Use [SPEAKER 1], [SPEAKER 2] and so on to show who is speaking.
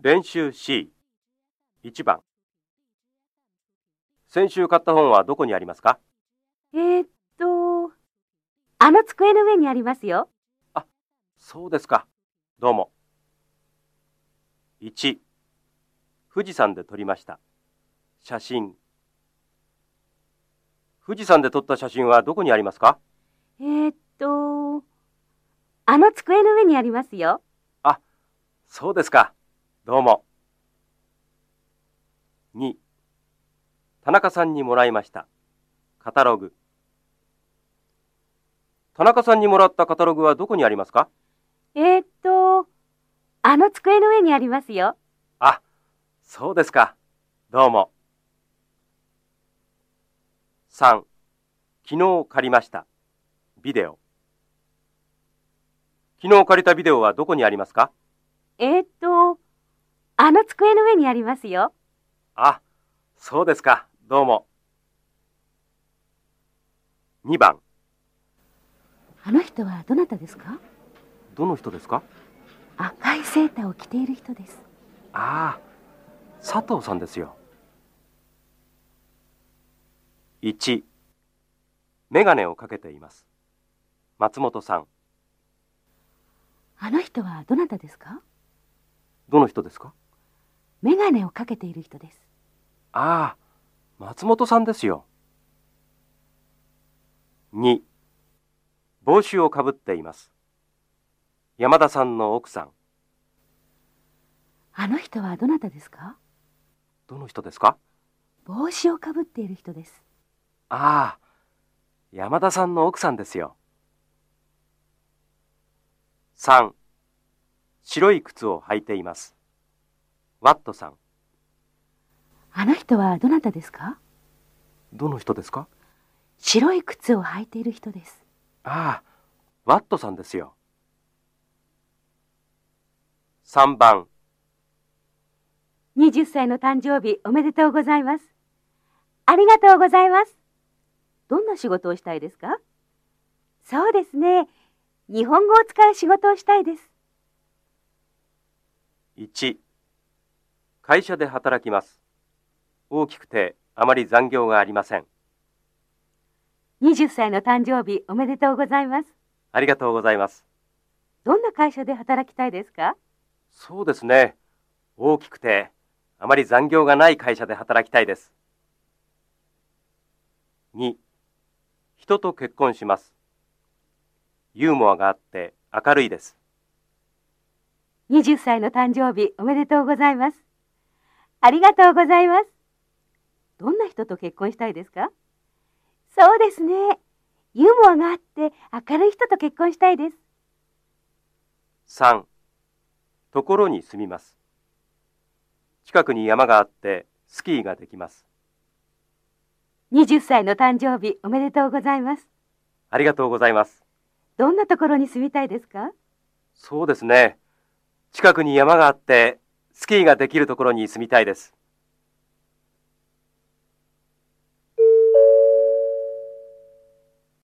[SPEAKER 1] 練習 C 1番先週買った本はどこにありますか
[SPEAKER 2] えーっと、あの机の上にありますよ。
[SPEAKER 1] そうですかどうも1富士山で撮りました写真富士山で撮った写真はどこにありますか
[SPEAKER 2] えーっと、あの机の上にありますよ。
[SPEAKER 1] そうですかどうも2田中さんにもらいましたカタログ田中さんにもらったカタログはどこにありますか
[SPEAKER 2] えーっと、あの机の上にありますよ。
[SPEAKER 1] あ、そうですか。どうも。3. 昨日借りました。ビデオ。昨日借りたビデオはどこにありますか
[SPEAKER 2] えーっと、あの机の上にありますよ。
[SPEAKER 1] あ、そうですか。どうも。2番。
[SPEAKER 2] あの人はどなたですか
[SPEAKER 1] どの人ですか
[SPEAKER 2] 赤いセーターを着ている人です。
[SPEAKER 1] ああ、佐藤さんですよ。1. メガネをかけています。松本さん。
[SPEAKER 2] あの人はどなたですか
[SPEAKER 1] どの人ですか
[SPEAKER 2] メガネをかけている人です。
[SPEAKER 1] ああ、松本さんですよ。2. 帽子をかぶっています。山田さんの奥さん、
[SPEAKER 2] あの人はどなたですか
[SPEAKER 1] どの人ですか
[SPEAKER 2] 帽子をかぶっている人です。
[SPEAKER 1] ああ、山田さんの奥さんですよ。3. 白い靴を履いています。ワットさん、
[SPEAKER 2] あの人はどなたですか
[SPEAKER 1] どの人ですか
[SPEAKER 2] 白い靴を履いている人です。
[SPEAKER 1] ああ、ワットさんですよ。3番、
[SPEAKER 2] 20歳の誕生日おめでとうございます。ありがとうございます。どんな仕事をしたいですかそうですね。日本語を使う仕事をしたいです。
[SPEAKER 1] 1会社で働きます大きくてあまり残業がありません
[SPEAKER 2] 20歳の誕生日おめでとうございます。
[SPEAKER 1] ありがとうございます
[SPEAKER 2] どんな会社で働きたいですか
[SPEAKER 1] そうですね大きくてあまり残業がない会社で働きたいです2人と結婚しますユーモアがあって明るいです
[SPEAKER 2] ?20 歳の誕生日おめでとうございます。ありがとうございます。どんな人と結婚したいですかそうですね。ユーモアがあって明るい人と結婚したいです。
[SPEAKER 1] 3ところに住みます近くに山があってスキーができます
[SPEAKER 2] 20歳の誕生日おめでとうございます。
[SPEAKER 1] ありがとうございます
[SPEAKER 2] どんなところに住みたいですか
[SPEAKER 1] そうですね。近くに山があって、スキーができるところに住みたいです。